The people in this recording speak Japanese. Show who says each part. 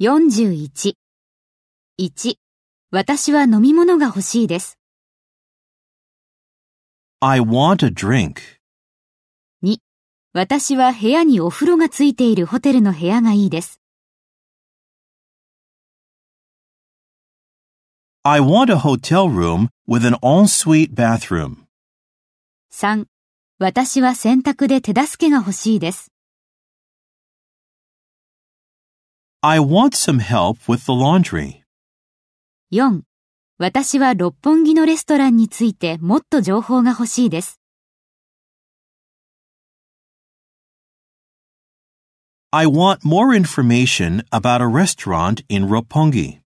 Speaker 1: 41。1. 私は飲み物が欲しいです。
Speaker 2: I want a drink.
Speaker 1: 私は部屋にお風呂がついているホテルの部屋がいいです。
Speaker 2: I want a hotel room with an ensuite bathroom.
Speaker 1: 3. 私は洗濯で手助けが欲しいです。
Speaker 2: I want some help with the laundry.
Speaker 1: 4. 私は六本木のレストランについてもっと情報が欲しいです。
Speaker 2: I want more information about a restaurant in Roppongi.